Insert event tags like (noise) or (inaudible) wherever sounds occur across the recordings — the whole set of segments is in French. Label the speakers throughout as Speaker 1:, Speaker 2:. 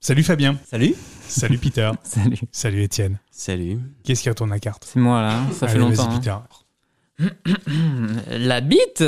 Speaker 1: Salut Fabien.
Speaker 2: Salut.
Speaker 1: Salut
Speaker 3: (laughs)
Speaker 1: Peter.
Speaker 3: Salut.
Speaker 1: Salut Étienne.
Speaker 2: Salut.
Speaker 1: Qu'est-ce qui retourne la carte
Speaker 3: C'est moi là, hein. ça fait
Speaker 1: Allez, Ah, vas-y,
Speaker 3: longtemps. hein.
Speaker 1: Peter.
Speaker 3: La bite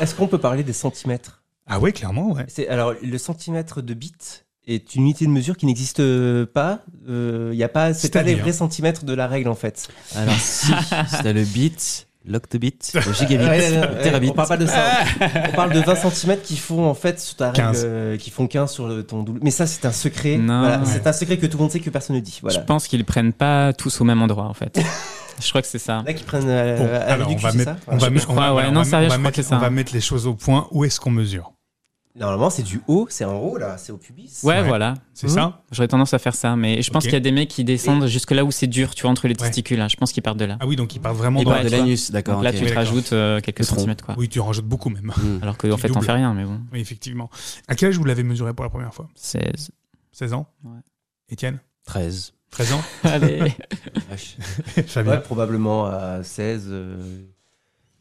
Speaker 2: Est-ce qu'on peut parler des centimètres
Speaker 1: Ah ouais, clairement, ouais.
Speaker 2: C'est alors le centimètre de bit est une unité de mesure qui n'existe euh, pas. Euh, Il n'y a pas, c'est pas les
Speaker 1: C'est-à-dire
Speaker 2: vrais centimètres de la règle en fait.
Speaker 4: Alors si, c'est le bit, l'octobit, le
Speaker 1: Eh
Speaker 4: gigabit,
Speaker 2: Ouais, ouais,
Speaker 4: le
Speaker 2: ouais,
Speaker 4: terabit.
Speaker 2: on parle pas de ça. on parle de 20 centimètres qui font en fait sur ta règle,
Speaker 1: 15.
Speaker 2: euh, qui font 15 sur le- ton double. Mais ça c'est un secret.
Speaker 3: Non.
Speaker 2: Voilà,
Speaker 3: Ouais.
Speaker 2: C'est un secret que tout le monde sait que personne ne dit.
Speaker 3: Je
Speaker 2: Voilà.
Speaker 3: pense qu'ils prennent pas tous au même endroit
Speaker 4: (laughs)
Speaker 3: en fait. je crois que c'est ça.
Speaker 2: Là qui prennent. euh,
Speaker 1: Bon,
Speaker 2: à la
Speaker 1: alors on
Speaker 2: réduction,
Speaker 1: va
Speaker 2: c'est
Speaker 1: mettre,
Speaker 2: ça
Speaker 1: on va
Speaker 3: Je
Speaker 1: mettre- on
Speaker 3: crois,
Speaker 1: va-
Speaker 3: ouais.
Speaker 1: on
Speaker 3: Non,
Speaker 1: va-
Speaker 3: sérieux,
Speaker 1: on va
Speaker 3: je crois
Speaker 1: mettre-
Speaker 3: que c'est ça.
Speaker 1: On va mettre les choses au point. Où est-ce qu'on mesure
Speaker 2: Normalement c'est du haut, c'est en haut là, c'est au pubis.
Speaker 3: Ouais,
Speaker 1: Ouais.
Speaker 3: voilà.
Speaker 1: C'est
Speaker 3: Mhm.
Speaker 1: ça
Speaker 3: J'aurais tendance à faire ça, mais je pense
Speaker 1: Ok.
Speaker 3: qu'il y a des mecs qui descendent jusque là où c'est dur, tu vois, entre les testicules. hein. Je pense qu'ils partent de là.
Speaker 1: Ah oui, donc il part vraiment
Speaker 3: Et bah,
Speaker 1: dans
Speaker 3: ouais,
Speaker 1: la-
Speaker 4: de
Speaker 3: tu vois.
Speaker 4: l'anus, Ah, d'accord.
Speaker 3: Donc là,
Speaker 4: ok.
Speaker 3: tu
Speaker 1: Oui,
Speaker 3: te
Speaker 1: d'accord.
Speaker 3: rajoutes euh, quelques
Speaker 4: Le tronc.
Speaker 3: centimètres, quoi.
Speaker 1: Oui, tu rajoutes beaucoup même. (laughs)
Speaker 4: Hmm.
Speaker 3: Alors que en
Speaker 1: Tu
Speaker 3: fait, on
Speaker 1: doubles.
Speaker 3: fait rien, mais bon.
Speaker 1: Oui, effectivement. À quel âge vous l'avez mesuré pour la première fois (laughs)
Speaker 3: C'est.
Speaker 1: 16 ans
Speaker 3: Ouais.
Speaker 1: Étienne
Speaker 4: 13.
Speaker 1: 13
Speaker 3: (laughs)
Speaker 1: ans
Speaker 3: Allez.
Speaker 1: Euh,
Speaker 4: Vache.
Speaker 1: Fabien (laughs)
Speaker 2: Ouais, probablement à 16. euh,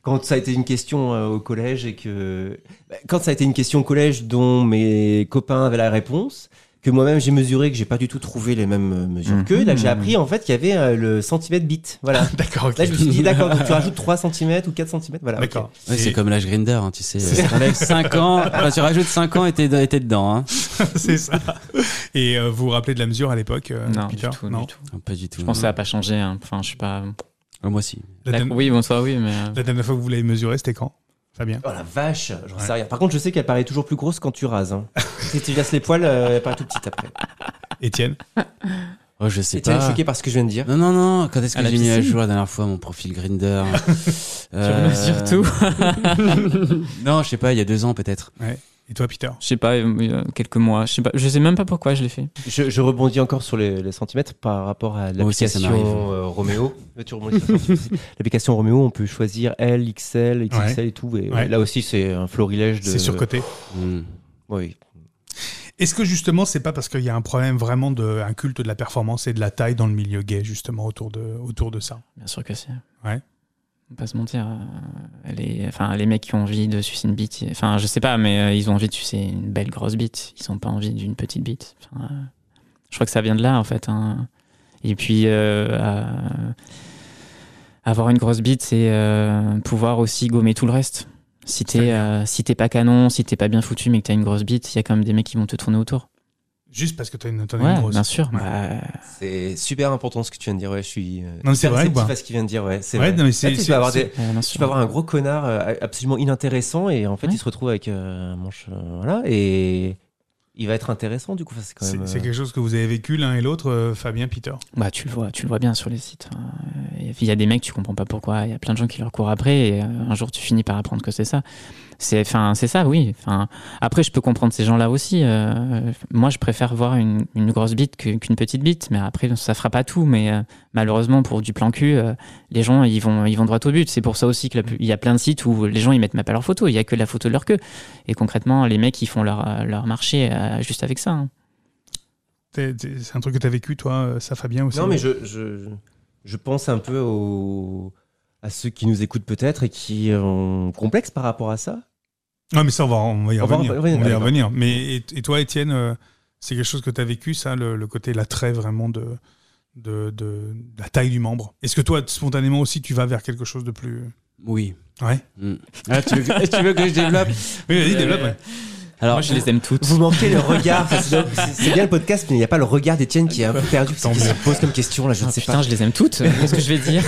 Speaker 2: quand ça a été une question euh, au collège et que. bah, Quand ça a été une question au collège dont mes copains avaient la réponse, que moi-même j'ai mesuré, que j'ai pas du tout trouvé les mêmes euh, mesures
Speaker 1: Mmh.
Speaker 3: Mhm.
Speaker 2: qu'eux, là j'ai appris en fait qu'il y avait euh, le centimètre bit. Voilà.
Speaker 1: D'accord, ok.
Speaker 2: Là je me
Speaker 1: (laughs)
Speaker 2: suis dit, d'accord, donc tu rajoutes 3 cm ou 4 cm, voilà. ok.
Speaker 1: D'accord.
Speaker 4: Ouais, c'est
Speaker 1: Et-
Speaker 4: comme l'âge grinder, hein, tu sais.
Speaker 2: C'est-
Speaker 4: T'enlèves 5 ans, enfin, tu rajoutes 5 ans et t'es et t'es dedans. Hein.
Speaker 1: (laughs) c'est ça. Et euh, vous vous rappelez de la mesure à l'époque, euh,
Speaker 3: non, du
Speaker 1: Peter
Speaker 3: tout, du tout.
Speaker 4: Ah, Pas du tout.
Speaker 3: Je pense que ça va pas changer. hein. Enfin, je suis pas.
Speaker 4: Ah, Moi aussi.
Speaker 1: La,
Speaker 3: Là-
Speaker 1: dernière-
Speaker 3: Oui, bonsoir, oui, mais. euh,
Speaker 1: la dernière fois que vous l'avez mesuré, c'était quand
Speaker 3: (laughs)
Speaker 1: Fabien
Speaker 2: Oh la vache, j'en sais
Speaker 1: Ouais.
Speaker 2: rien. Par contre, je sais qu'elle paraît toujours plus grosse quand tu rases.
Speaker 1: (laughs)
Speaker 2: hein. si tu laisses les poils, euh, elle paraît tout petite après.
Speaker 1: Étienne
Speaker 4: Oh, je sais
Speaker 2: Et tu es
Speaker 4: pas.
Speaker 2: choqué par ce que je viens de dire.
Speaker 4: Non, non, non. Quand est-ce
Speaker 3: À
Speaker 4: que
Speaker 3: la
Speaker 4: j'ai mis à
Speaker 3: piscine
Speaker 4: jour la dernière fois mon profil grinder Euh,
Speaker 3: Tu mesures tout.
Speaker 4: Non, je sais pas, il y a 2 ans peut-être.
Speaker 1: Et toi, Peter
Speaker 3: Je sais pas, euh, quelques mois. Je sais pas. Je sais même pas pourquoi je l'ai fait.
Speaker 2: Je, je rebondis encore sur les, les centimètres par rapport à
Speaker 4: Moi aussi, ça
Speaker 2: l'application euh, Roméo. Ouais, tu rebondis sur les
Speaker 4: (laughs)
Speaker 2: centimètres. L'application Roméo, on peut choisir L, XL, XXL et tout. Et euh,
Speaker 1: Ouais.
Speaker 2: Là aussi, c'est un florilège de.
Speaker 1: C'est surcoté.
Speaker 4: Hmm.
Speaker 2: Oui.
Speaker 1: Est-ce que justement, c'est pas parce qu'il y a un problème vraiment de un culte de la performance et de la taille dans le milieu gay, justement, autour de, autour de ça
Speaker 3: Bien sûr que si.
Speaker 1: Ouais.
Speaker 3: On va pas se mentir. euh, Les, enfin, les mecs qui ont envie de sucer une bite, enfin, je sais pas, mais euh, ils ont envie de sucer une belle grosse bite. Ils ont pas envie d'une petite bite. Enfin, euh, je crois que ça vient de là, en fait. hein. Et puis, euh, euh, avoir une grosse bite, c'est euh, pouvoir aussi gommer tout le reste. Si t'es euh, si t'es pas canon, si t'es pas bien foutu, mais que t'as une grosse bite, il y a quand même des mecs qui vont te tourner autour.
Speaker 1: Juste parce que t'as une, t'en as une
Speaker 3: Ouais,
Speaker 1: grosse.
Speaker 3: bien sûr.
Speaker 1: Ouais.
Speaker 3: bah,
Speaker 2: C'est super important ce que tu viens de dire. Ouais, je suis. euh,
Speaker 1: Non, mais c'est
Speaker 2: hyper
Speaker 1: vrai,
Speaker 2: réceptif
Speaker 1: quoi.
Speaker 2: à ce qu'il vient de dire. Ouais, c'est
Speaker 1: Ouais,
Speaker 2: vrai.
Speaker 1: non, mais c'est-
Speaker 2: Là, tu,
Speaker 1: c'est-
Speaker 2: peux avoir
Speaker 1: c'est-
Speaker 2: des-
Speaker 3: euh, bien
Speaker 2: tu
Speaker 3: sûr.
Speaker 2: peux avoir un gros connard euh, absolument inintéressant et en fait,
Speaker 3: Ouais.
Speaker 2: il se retrouve avec euh, un manche. euh, voilà. Et il va être intéressant du coup. Enfin, C'est quand
Speaker 1: C'est
Speaker 2: même.
Speaker 1: c'est
Speaker 2: euh,
Speaker 1: quelque chose que vous avez vécu l'un et l'autre, euh, Fabien, Peter.
Speaker 3: Bah, tu le vois, tu le vois bien sur les sites. hein. Et puis, Il y a des mecs, tu comprends pas pourquoi. Il y a plein de gens qui leur courent après. Et euh, un jour, tu finis par apprendre que c'est ça. C'est, enfin, c'est ça, oui. Enfin, après, je peux comprendre ces gens-là aussi. euh, moi, je préfère voir une, une grosse bite que- qu'une petite bite. Mais après, ça fera pas tout. Mais euh, malheureusement, pour du plan cul, euh, les gens, ils vont, ils vont droit au but. C'est pour ça aussi qu'il y a plein de sites où les gens, ils mettent même pas leur photo. Il y a que la photo de leur queue. Et concrètement, les mecs, ils font leur, euh, leur marché euh, juste avec ça. hein.
Speaker 1: T'es- t'es- C'est un truc que t'as vécu, toi, euh, ça, Fabien aussi
Speaker 2: Non, mais je, je, je pense un peu au- à ceux qui nous écoutent peut-être et qui ont complexe par rapport à ça.
Speaker 1: Non, mais ça, on va, on va y
Speaker 2: On va-
Speaker 1: revenir.
Speaker 2: on
Speaker 1: On va
Speaker 2: va
Speaker 1: y
Speaker 2: y revenir.
Speaker 1: revenir. Mais et, et toi, Étienne, euh, c'est quelque chose que tu as vécu, ça, le, le côté l'attrait vraiment de, de, de- de la taille du membre. Est-ce que toi, spontanément aussi, tu vas vers quelque chose de plus.
Speaker 4: Oui.
Speaker 1: Ouais.
Speaker 4: Hmm. Ah, tu, veux que, tu veux que je développe
Speaker 1: Oui, vas-y,
Speaker 3: Euh,
Speaker 1: développe.
Speaker 3: ouais.
Speaker 1: ouais.
Speaker 4: Alors,
Speaker 3: Moi, je les aime toutes.
Speaker 2: Vous manquez le regard. ça, (laughs) c'est c'est- c'est bien le podcast, mais il n'y a pas le regard d'Étienne qui est un peu perdu.
Speaker 1: Tant
Speaker 2: Qu'est-ce qu'il se pose comme question là Je ne
Speaker 3: Ah,
Speaker 2: sais
Speaker 3: putain,
Speaker 2: pas.
Speaker 3: je les aime toutes. (laughs) Qu'est-ce que je vais dire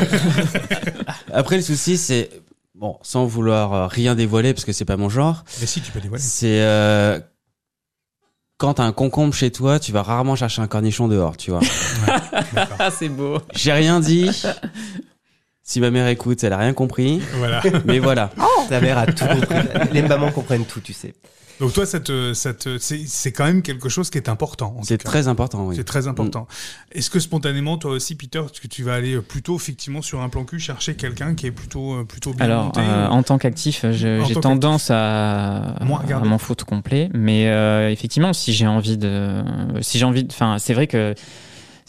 Speaker 4: Après, le souci, c'est, bon, sans vouloir euh, rien dévoiler, parce que c'est pas mon genre,
Speaker 1: Mais si, tu peux dévoiler.
Speaker 4: c'est euh, quand t'as un concombre chez toi, tu vas rarement chercher un cornichon
Speaker 1: (laughs)
Speaker 4: dehors, tu vois.
Speaker 1: D'accord.
Speaker 3: Ah, c'est beau.
Speaker 4: J'ai rien dit. Si ma mère écoute, elle a rien compris.
Speaker 1: Voilà.
Speaker 4: Mais voilà.
Speaker 2: Ta mère a tout compris. Les mamans comprennent tout, tu sais.
Speaker 1: Donc, toi, ça te- ça te- c'est c'est quand même quelque chose qui est important. en
Speaker 4: C'est
Speaker 1: tout cas.
Speaker 4: très important, oui.
Speaker 1: C'est très important.
Speaker 3: Mm.
Speaker 1: Est-ce que spontanément, toi aussi, Peter, est-ce que tu vas aller euh, plutôt effectivement sur un plan cul chercher quelqu'un qui est plutôt, euh, plutôt bien
Speaker 3: Alors,
Speaker 1: monté
Speaker 3: euh,
Speaker 1: ou-
Speaker 3: en tant qu'actif, je-
Speaker 1: En
Speaker 3: j'ai
Speaker 1: tant
Speaker 3: tendance à,
Speaker 1: Moins
Speaker 3: à
Speaker 1: regarder.
Speaker 3: m'en foutre complet. Mais euh, effectivement, si j'ai envie de. Si j'ai envie de. Enfin, c'est vrai que.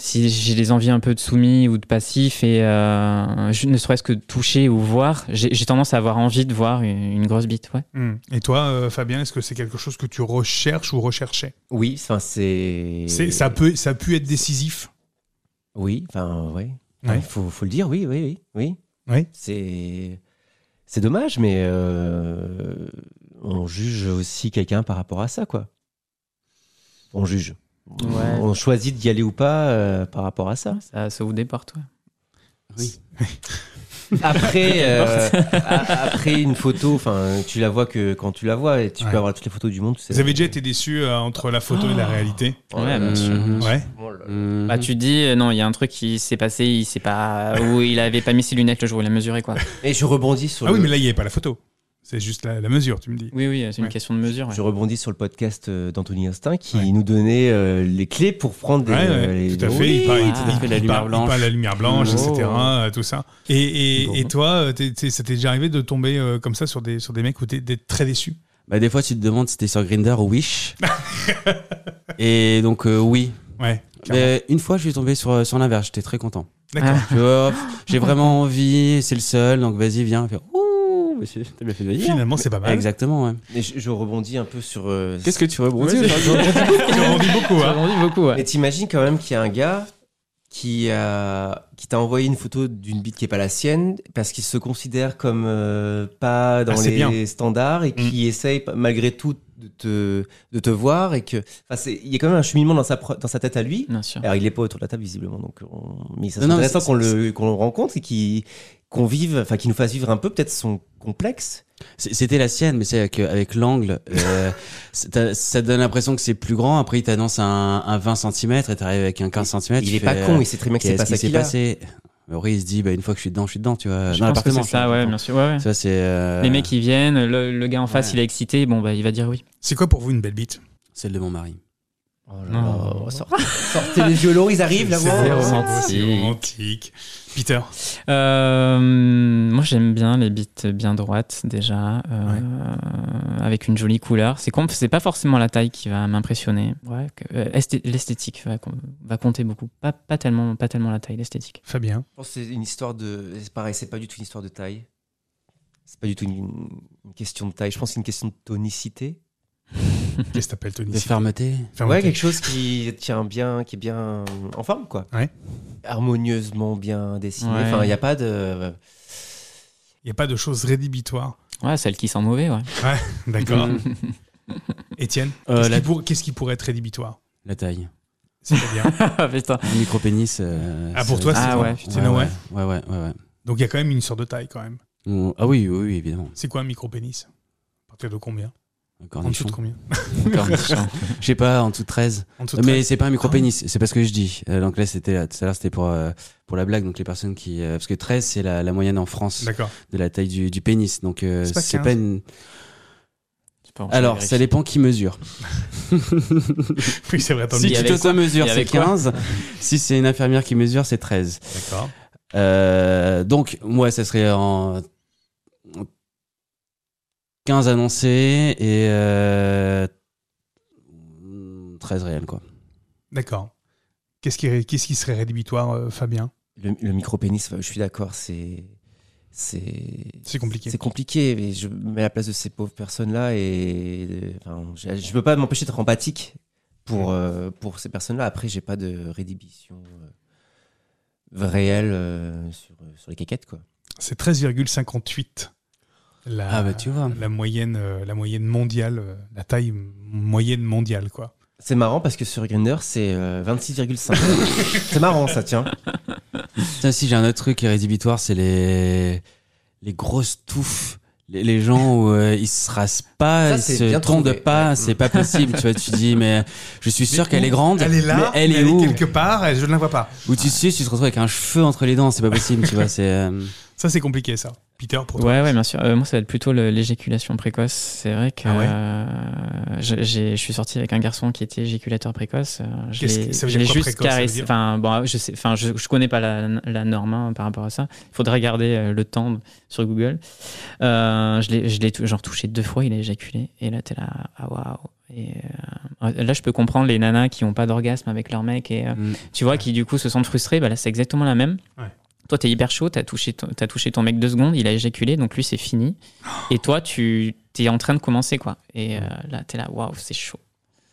Speaker 3: si j'ai des envies un peu de soumis ou de passif et euh, je- ne serait-ce que toucher ou voir, j'ai j'ai tendance à avoir envie de voir une, une grosse bite. Ouais.
Speaker 1: Hum. Et toi, euh, Fabien, est-ce que c'est quelque chose que tu recherches ou recherchais
Speaker 5: Oui.
Speaker 2: Enfin, c'est.
Speaker 1: C'est- ça, peut, ça a pu être décisif.
Speaker 2: Oui, enfin, ouais.
Speaker 1: Ouais.
Speaker 2: Ouais, faut, faut le dire, oui, oui, oui. oui.
Speaker 1: Oui.
Speaker 2: C'est. C'est dommage, mais euh, on juge aussi quelqu'un par rapport à ça, quoi. On juge.
Speaker 3: Ouais.
Speaker 2: On choisit d'y aller ou pas euh, par rapport à ça.
Speaker 3: Ça, ça vous déporte. ouais.
Speaker 2: Oui.
Speaker 3: (laughs)
Speaker 2: après, euh, a- après une photo, enfin, tu la vois que quand tu la vois, et tu
Speaker 1: Ouais.
Speaker 2: peux avoir toutes les photos du monde. Tu sais.
Speaker 1: Vous avez déjà été déçu euh, entre la photo et la réalité
Speaker 2: Oh
Speaker 1: Euh,
Speaker 3: Ouais, Ah.
Speaker 2: là
Speaker 3: bien
Speaker 2: là.
Speaker 3: sûr.
Speaker 2: Mhm.
Speaker 1: Ouais.
Speaker 2: Oh là là.
Speaker 4: Mhm.
Speaker 3: Bah, tu te dis, euh, non, il y a un truc qui s'est passé, il sait pas où il avait pas mis ses lunettes le jour où il a mesuré.
Speaker 1: (laughs)
Speaker 3: Quoi.
Speaker 2: Et je rebondis sur.
Speaker 1: Ah oui,
Speaker 2: le-
Speaker 1: mais là, il n'y avait pas la photo. C'est juste la, la mesure, tu me dis.
Speaker 3: Oui, oui, c'est une
Speaker 1: Ouais.
Speaker 3: question de mesure. ouais.
Speaker 2: Je rebondis sur le podcast euh, d'Anthony Instinct qui
Speaker 1: Ouais.
Speaker 2: nous donnait euh, les clés pour prendre des,
Speaker 1: Ouais, ouais,
Speaker 2: euh, les-
Speaker 1: tout à
Speaker 2: les-
Speaker 1: fait. il parle, il-
Speaker 3: tout à
Speaker 1: il-
Speaker 3: fait,
Speaker 1: il
Speaker 3: la lumière
Speaker 1: parle- il
Speaker 3: blanche.
Speaker 1: parle la lumière blanche,
Speaker 2: Oh.
Speaker 1: etc. euh, Tout ça. Et, et,
Speaker 2: Bon.
Speaker 1: et toi, euh, t'es- t'es- ça t'est déjà arrivé de tomber euh, comme ça sur des, sur des mecs où t'es d'être très déçu
Speaker 4: Bah, des fois, tu te demandes si t'es sur Grinder
Speaker 1: (laughs)
Speaker 4: ou Wish. et donc, euh, oui.
Speaker 1: Ouais. clairement.
Speaker 4: Mais une fois, je suis tombé sur, sur l'inverse. J'étais très content.
Speaker 1: D'accord.
Speaker 4: Je fais, oh, pff, j'ai vraiment envie, c'est le seul, donc vas-y, viens. Il fait, Ouh, monsieur, t'as bien fait de venir.
Speaker 1: Finalement, c'est pas mal.
Speaker 4: Exactement, ouais.
Speaker 2: Mais je, je rebondis un peu sur. euh,
Speaker 4: que tu rebondis
Speaker 1: Tu en dis beaucoup,
Speaker 3: Ça
Speaker 1: hein.
Speaker 3: rebondit beaucoup. ouais.
Speaker 2: Mais t'imagines quand même qu'il y a un gars qui a qui t'a envoyé une photo d'une bite qui est pas la sienne parce qu'il se considère comme euh, pas dans
Speaker 1: Ah, c'est
Speaker 2: les
Speaker 1: bien. Mm.
Speaker 2: standards et qui essaye pas- malgré tout de te de te voir et que enfin c'est il y a quand même un cheminement dans sa pro- dans sa tête à lui.
Speaker 3: Bien sûr.
Speaker 1: Euh,
Speaker 2: Alors il est pas autour de la table visiblement donc on- mais ça
Speaker 4: Non,
Speaker 2: serait
Speaker 4: non,
Speaker 2: intéressant
Speaker 4: c'est-
Speaker 2: qu'on le qu'on le rencontre et qui qu'on vive enfin qu'il nous fasse vivre un peu peut-être son complexe.
Speaker 4: C'est- C'était la sienne, mais c'est avec, euh, avec l'angle. euh, c'est- t'as- ça te donne l'impression que c'est plus grand. Après, il t'annonce un, un 20 cm et t'arrives avec un 15 cm.
Speaker 2: il est pas con, il sait très bien que c'est
Speaker 4: euh, Qu'est-ce
Speaker 2: pas
Speaker 4: qui
Speaker 2: ça
Speaker 4: s'est
Speaker 2: qu'il a.
Speaker 4: passé Rory, il se dit, bah, une fois que je suis dedans, je suis dedans, tu vois.
Speaker 3: Je
Speaker 4: dans
Speaker 3: pense que
Speaker 4: l'appartement.
Speaker 3: c'est ça, ouais, bien sûr. ouais, ouais.
Speaker 4: Ça, c'est. euh,
Speaker 3: Les mecs, ils viennent, le, le gars en face,
Speaker 4: ouais.
Speaker 3: il est excité, bon, bah, il va dire oui.
Speaker 1: C'est quoi pour vous une belle bite
Speaker 4: Celle de mon mari.
Speaker 2: Oh là là,
Speaker 3: Non.
Speaker 2: sortez, sortez les violons, ils arrivent là
Speaker 1: C'est
Speaker 2: voir.
Speaker 3: zéro.
Speaker 1: beau,
Speaker 3: romantique.
Speaker 1: c'est romantique. Peter,
Speaker 3: Euh, moi, j'aime bien les bites bien droites, déjà, euh,
Speaker 1: Ouais.
Speaker 3: avec une jolie couleur. C'est con, c'est pas forcément la taille qui va m'impressionner. Ouais, que- euh, esthé- l'esthétique va, com- va compter beaucoup. Pas, pas, tellement, pas tellement la taille, l'esthétique. (laughs)
Speaker 1: Fabien.
Speaker 2: Je pense que c'est une histoire de. c'est Pareil, c'est pas du tout une histoire de taille. C'est pas du tout une, une question de taille. Je pense que c'est une question de tonicité.
Speaker 1: Qu'est-ce que t'appelles, Tony
Speaker 4: De fermeté.
Speaker 1: Ferme
Speaker 2: ouais,
Speaker 1: ta-
Speaker 2: quelque chose qui tient bien, qui est bien en forme, quoi.
Speaker 1: Ouais.
Speaker 2: Harmonieusement bien dessiné.
Speaker 3: Ouais.
Speaker 2: Enfin, il n'y a pas de.
Speaker 1: Il n'y a pas de choses rédhibitoires.
Speaker 3: Ouais, celle qui sent mauvais, ouais.
Speaker 1: (laughs)
Speaker 3: (laughs)
Speaker 1: D'accord. Étienne,
Speaker 4: Euh,
Speaker 1: qu'est-ce,
Speaker 4: la-
Speaker 1: qui pour- qu'est-ce qui pourrait être rédhibitoire
Speaker 4: La taille.
Speaker 1: C'est pas
Speaker 3: (laughs)
Speaker 1: bien.
Speaker 3: Putain.
Speaker 4: Un micro-pénis. euh,
Speaker 1: Ah, pour
Speaker 4: c'est-
Speaker 1: toi,
Speaker 3: c'est- Ah ouais,
Speaker 1: putain, ouais.
Speaker 4: Ouais, ouais, ouais. ouais.
Speaker 1: Donc il y a quand même une sorte de taille quand même.
Speaker 4: Ou- Ah oui, oui, oui, évidemment.
Speaker 1: C'est quoi un micro-pénis À partir de combien
Speaker 4: Un
Speaker 1: En dessous
Speaker 4: cornichon.
Speaker 1: de combien
Speaker 3: Encore méchant.
Speaker 4: Je sais pas, en dessous de 13.
Speaker 1: En dessous de
Speaker 4: Mais c'est pas un
Speaker 1: Ah
Speaker 4: micro-pénis, c'est pas ce que je dis. Euh, donc là, c'était tout à l'heure, c'était pour, euh, pour la blague. Donc les personnes qui. euh, parce que 13, c'est la, la moyenne en France
Speaker 1: 13. Ah D'accord. (laughs)
Speaker 4: de la taille du, du pénis. Donc euh,
Speaker 1: C'est pas
Speaker 4: c'est
Speaker 1: 15.
Speaker 4: pas une.
Speaker 3: Tu peux en
Speaker 4: Alors,
Speaker 3: vérifier.
Speaker 4: ça dépend qui mesure.
Speaker 1: Oui, c'est vrai, tant
Speaker 4: (laughs) si
Speaker 1: mieux.
Speaker 4: tu
Speaker 3: avec quoi
Speaker 4: t'auto-mesures,
Speaker 3: Et
Speaker 4: c'est
Speaker 3: avec quoi
Speaker 4: 15. si c'est une infirmière qui mesure, c'est 13.
Speaker 1: D'accord.
Speaker 4: Euh, donc, moi, ça serait en 15 annoncés et euh, 13 réels, quoi.
Speaker 1: D'accord. Qu'est-ce qui, ré- qu'est-ce qui serait rédhibitoire, euh, Fabien
Speaker 2: Le, le micro-pénis, je suis d'accord, c'est. C'est.
Speaker 1: C'est compliqué.
Speaker 2: C'est compliqué, mais je me mets à la place de ces pauvres personnes-là et euh, enfin, je ne peux pas m'empêcher d'être empathique
Speaker 1: Mm.
Speaker 2: pour, euh, pour ces personnes-là. Après, j'ai pas de rédhibition euh, réelle euh, sur, euh, sur les caquettes. Quoi.
Speaker 1: C'est 13,58. La,
Speaker 4: Ah, bah, tu vois.
Speaker 1: la moyenne, euh, la moyenne mondiale, euh, la taille m- moyenne mondiale, quoi.
Speaker 2: C'est marrant parce que sur Grinder, c'est euh,
Speaker 1: (laughs)
Speaker 2: 26,5. c'est marrant ça, tiens.
Speaker 4: Ça, si j'ai un autre truc qui est rédhibitoire, c'est les, les grosses touffes. Les, les gens où euh, ils se rasent pas,
Speaker 2: Ça,
Speaker 4: ils
Speaker 2: c'est
Speaker 4: se
Speaker 2: bien
Speaker 4: tondent
Speaker 2: trouvé,
Speaker 4: pas,
Speaker 2: ouais.
Speaker 4: c'est pas possible. tu vois, tu dis, mais je suis sûr
Speaker 1: Mais
Speaker 4: qu'elle
Speaker 1: où
Speaker 4: est grande,
Speaker 1: Elle est là,
Speaker 4: mais elle est où
Speaker 1: quelque part, et je ne la vois pas.
Speaker 4: Ou tu sais, tu te retrouves avec un cheveu entre les dents, c'est pas possible, tu vois, c'est. euh,
Speaker 1: Ça, c'est compliqué, ça. Peter, pour toi.
Speaker 3: Ouais, ouais, bien sûr. Euh, moi, ça va être plutôt le- l'éjaculation précoce. C'est vrai que
Speaker 1: Ah ouais
Speaker 3: euh, je, j'ai- je suis sorti avec un garçon qui était éjaculateur précoce. Euh, je
Speaker 1: Qu'est-ce
Speaker 3: l'ai-
Speaker 1: que- ça veut
Speaker 3: je
Speaker 1: dire
Speaker 3: l'ai
Speaker 1: quoi,
Speaker 3: juste
Speaker 1: précoce, ça veut
Speaker 3: caressé.
Speaker 1: dire
Speaker 3: Enfin, bon, je sais. Enfin, je, je connais pas la, la norme hein, par rapport à ça. Il faudrait regarder euh, le temps sur Google. Euh, je l'ai, je l'ai tou- genre touché deux fois. Il a éjaculé. Et là, t'es là, ah waouh. Et euh, là, je peux comprendre les nanas qui n'ont pas d'orgasme avec leur mec et euh,
Speaker 4: Mm.
Speaker 3: tu vois qui du coup se sentent frustrées. Bah là, c'est exactement la même.
Speaker 1: Ouais.
Speaker 3: Toi, t'es hyper chaud, t'as touché, ton- t'as touché ton mec deux secondes, il a éjaculé, donc lui, c'est fini. Et toi, tu es en train de commencer, quoi. Et euh, là, t'es là, waouh, c'est chaud.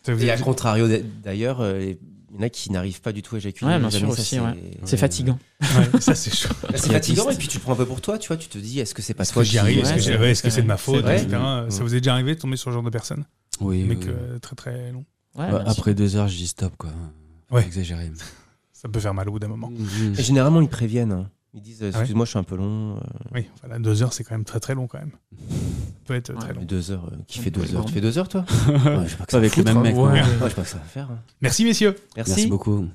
Speaker 1: Ça vous
Speaker 2: Et
Speaker 1: est-
Speaker 2: à contrario, d'a- d'ailleurs, euh, il y en a qui n'arrivent pas du tout à éjaculer.
Speaker 3: Ouais, bien
Speaker 2: Les
Speaker 3: sûr
Speaker 2: amis, ça,
Speaker 3: aussi,
Speaker 2: c'est-
Speaker 3: ouais. C'est fatigant.
Speaker 1: Ouais, ça, c'est
Speaker 4: (laughs)
Speaker 1: chaud.
Speaker 2: Bah, C'est
Speaker 3: Il y a
Speaker 2: fatigant,
Speaker 3: triste.
Speaker 2: et puis tu te prends un peu pour toi, tu vois, tu te dis, est-ce que c'est pas
Speaker 4: Est-ce
Speaker 2: toi
Speaker 4: que j'y
Speaker 2: qui...
Speaker 4: arrive,
Speaker 1: Est-ce que
Speaker 3: Ouais,
Speaker 1: j'ai-
Speaker 3: c'est
Speaker 1: ouais, est-ce que
Speaker 3: vrai,
Speaker 1: c'est de ma
Speaker 3: c'est
Speaker 1: faute,
Speaker 2: vrai.
Speaker 1: etc. Ça vous est déjà arrivé de tomber sur ce genre de personne
Speaker 4: Oui,
Speaker 1: Mec
Speaker 4: Mm. oui.
Speaker 1: euh, très très long.
Speaker 4: Bah,
Speaker 3: Ouais, bien sûr.
Speaker 4: après deux heures, je dis stop, quoi. Faut
Speaker 1: Ouais.
Speaker 4: pas Exagérer.
Speaker 1: Ça peut faire mal au bout d'un moment.
Speaker 4: Mhm.
Speaker 2: Et Généralement, ils préviennent. hein. Ils disent, euh,
Speaker 1: Ah ouais
Speaker 2: excuse-moi, je suis un peu long. euh,
Speaker 1: Oui, voilà, deux heures, c'est quand même très très long quand même. Ça peut être très
Speaker 3: Ouais.
Speaker 1: long.
Speaker 2: mais deux heures, euh, qui
Speaker 3: Ouais,
Speaker 2: fait deux
Speaker 3: ouais,
Speaker 2: heures Tu
Speaker 3: bon.
Speaker 2: fais deux heures, toi Ouais, j'ai pas que ça
Speaker 4: Avec
Speaker 2: à
Speaker 4: le
Speaker 2: foutre,
Speaker 4: même
Speaker 2: hein.
Speaker 4: mec,
Speaker 2: Ouais,
Speaker 4: non
Speaker 2: ouais, j'ai pas que ça à faire. hein.
Speaker 1: Merci messieurs.
Speaker 4: Merci beaucoup.